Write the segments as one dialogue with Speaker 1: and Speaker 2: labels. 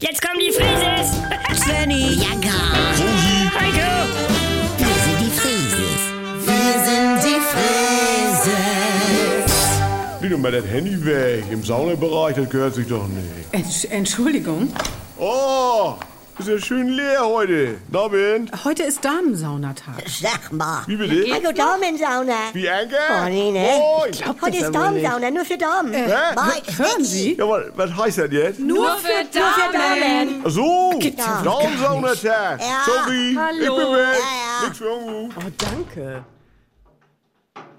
Speaker 1: Jetzt kommen die Frises!
Speaker 2: Svenny,
Speaker 3: Ja, gar.
Speaker 1: Heiko!
Speaker 3: Wir sind die Frieses. Wir sind die Frieses.
Speaker 4: Liegt doch mal das Handy weg. Im Saunabereich, das gehört sich doch nicht.
Speaker 2: Entsch Entschuldigung,
Speaker 4: Oh, ist ja schön leer heute. Na, Bent?
Speaker 2: heute ist Damensaunatag.
Speaker 3: Sag mal.
Speaker 4: Wie
Speaker 3: Also
Speaker 4: bitte?
Speaker 5: Hallo Daumensauna.
Speaker 4: Wie Anke?
Speaker 5: Oh, nee, ne?
Speaker 4: Moin.
Speaker 5: Heute ist Daumensauna, nur für Daumen.
Speaker 4: Hä?
Speaker 2: Äh, Hören Sie?
Speaker 4: Jawohl, was heißt das jetzt?
Speaker 2: Nur für
Speaker 5: Nur für Daumen.
Speaker 4: Ach so,
Speaker 2: ja
Speaker 4: Daumensaunatag.
Speaker 3: Ja.
Speaker 4: Sorry, ich bin weg.
Speaker 3: Ja, ja.
Speaker 4: Nix für ungut.
Speaker 2: Oh, danke.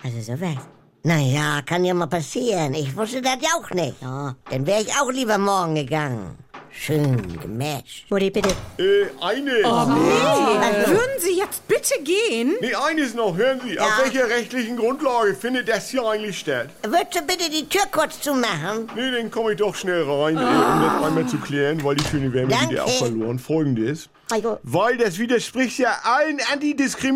Speaker 3: Also sowas. Naja, kann ja mal passieren. Ich wusste das ja auch nicht. Ja, dann wäre ich auch lieber morgen gegangen. Schön gematcht.
Speaker 5: Mutti, bitte.
Speaker 4: Äh, eine.
Speaker 2: Äh, Würden Sie jetzt bitte gehen?
Speaker 4: Nee, eines noch, hören Sie. Auf
Speaker 3: Ja.
Speaker 4: welcher rechtlichen Grundlage findet das hier eigentlich statt?
Speaker 3: Würdest du bitte die Tür kurz zumachen?
Speaker 4: Nee, dann komme ich doch schnell rein, äh, um das einmal zu klären, weil die schöne Wärme geht ja
Speaker 3: Danke.
Speaker 4: auch verloren. Folgendes.
Speaker 5: Heiko.
Speaker 4: Weil das widerspricht ja allen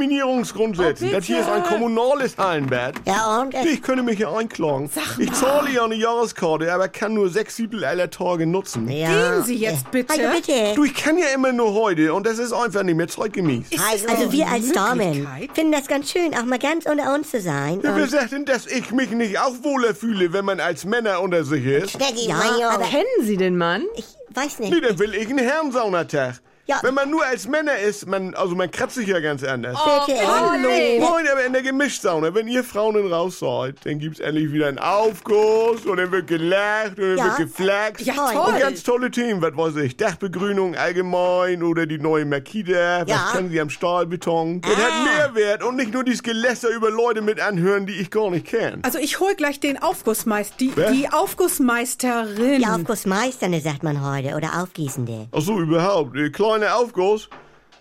Speaker 4: Antidiskriminierungsgrundsätzen. das hier ist ein kommunales Hallenbad.
Speaker 3: Ja und?
Speaker 4: Ich könnte mich ja einklagen. Ich zahle ja eine Jahreskarte, aber kann nur sechs Siebtel aller Tage nutzen.
Speaker 3: Ja.
Speaker 2: Gehen Sie jetzt
Speaker 5: Heiko,
Speaker 2: bitte?
Speaker 5: bitte.
Speaker 4: Du, ich kann ja immer nur heute und das ist einfach nicht mehr zeitgemäß.
Speaker 3: Heiko.
Speaker 5: Also wir als Daumen
Speaker 2: Möglichkeit?
Speaker 5: finden das ganz schön, auch mal ganz unter uns zu sein.
Speaker 4: Ja, wer
Speaker 5: Und
Speaker 4: sagt denn, dass ich mich nicht auch wohler fühle, wenn man als Männer unter sich ist?
Speaker 3: Snaggy,
Speaker 5: Ja,
Speaker 3: mein
Speaker 2: Äh,
Speaker 3: Junge.
Speaker 5: aber-
Speaker 6: Kennen Sie den Mann?
Speaker 5: ich weiß
Speaker 4: Nee,
Speaker 5: nicht.
Speaker 4: dann will ich einen Herrensaunatag.
Speaker 5: Ja.
Speaker 4: Wenn man nur als Männer ist, man, also man kratzt sich ja ganz anders.
Speaker 5: Bitte.
Speaker 4: Moin, aber in der Gemischsauna, wenn ihr Frauen dann raus seid, dann gibt's endlich wieder einen Aufguss und dann wird gelacht und dann
Speaker 5: Ja.
Speaker 4: wird geflaxt.
Speaker 2: Ja, toll.
Speaker 4: Und ganz tolle Themen, was weiß ich, Dachbegrünung allgemein oder die neue Makita,
Speaker 3: Ja.
Speaker 4: was können sie am Stahlbeton. Das hat Mehrwert und nicht nur dieses Geläster über Leute mit anhören, die ich gar nicht kenne.
Speaker 2: Also ich hol gleich den Aufgussmeister, die,
Speaker 4: Wer?
Speaker 2: die Aufgussmeisterin.
Speaker 5: Ja,
Speaker 3: Aufgussmeisterne sagt man heute oder Aufgießende.
Speaker 4: Ach so, überhaupt, äh, kleiner Aufguss,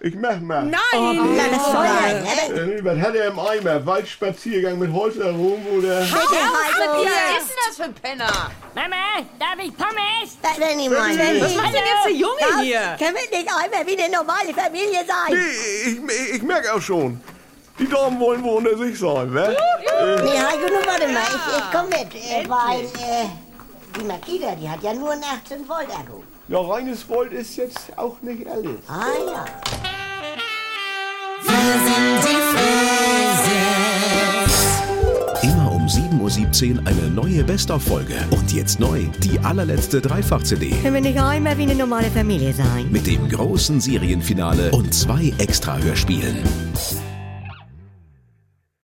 Speaker 4: ich mach mal.
Speaker 2: Nein!
Speaker 3: Ja, das soll sein.
Speaker 4: Äh, Was hat er im Eimer? Waldspaziergang mit Holz herum oder...
Speaker 6: Was ist denn das für ein Penner?
Speaker 1: Mama, darf ich Pommes?
Speaker 3: Svenny, mein Junge.
Speaker 6: Was macht denn jetzt der Junge hier?
Speaker 5: Können wir nicht einmal wie eine normale Familie
Speaker 4: Nee,
Speaker 5: sein?
Speaker 4: ich, ich, ich merke auch schon. Die Damen wollen wohl unter sich sein, wa?
Speaker 3: Nee, Heiko, nur warte mal, ich, ich komm mit, äh, weil äh, die Makita, die hat ja nur einen 18 Volt Akku.
Speaker 4: Ja, reines Volt ist jetzt auch nicht alles.
Speaker 3: Ah ja.
Speaker 7: Immer um 7.17 Uhr eine neue Best-of-Folge. Und jetzt neu, die allerletzte Dreifach-CD.
Speaker 5: Können wir nicht einmal wie eine normale Familie sein?
Speaker 7: Mit dem großen Serienfinale und zwei Extra-Hörspielen.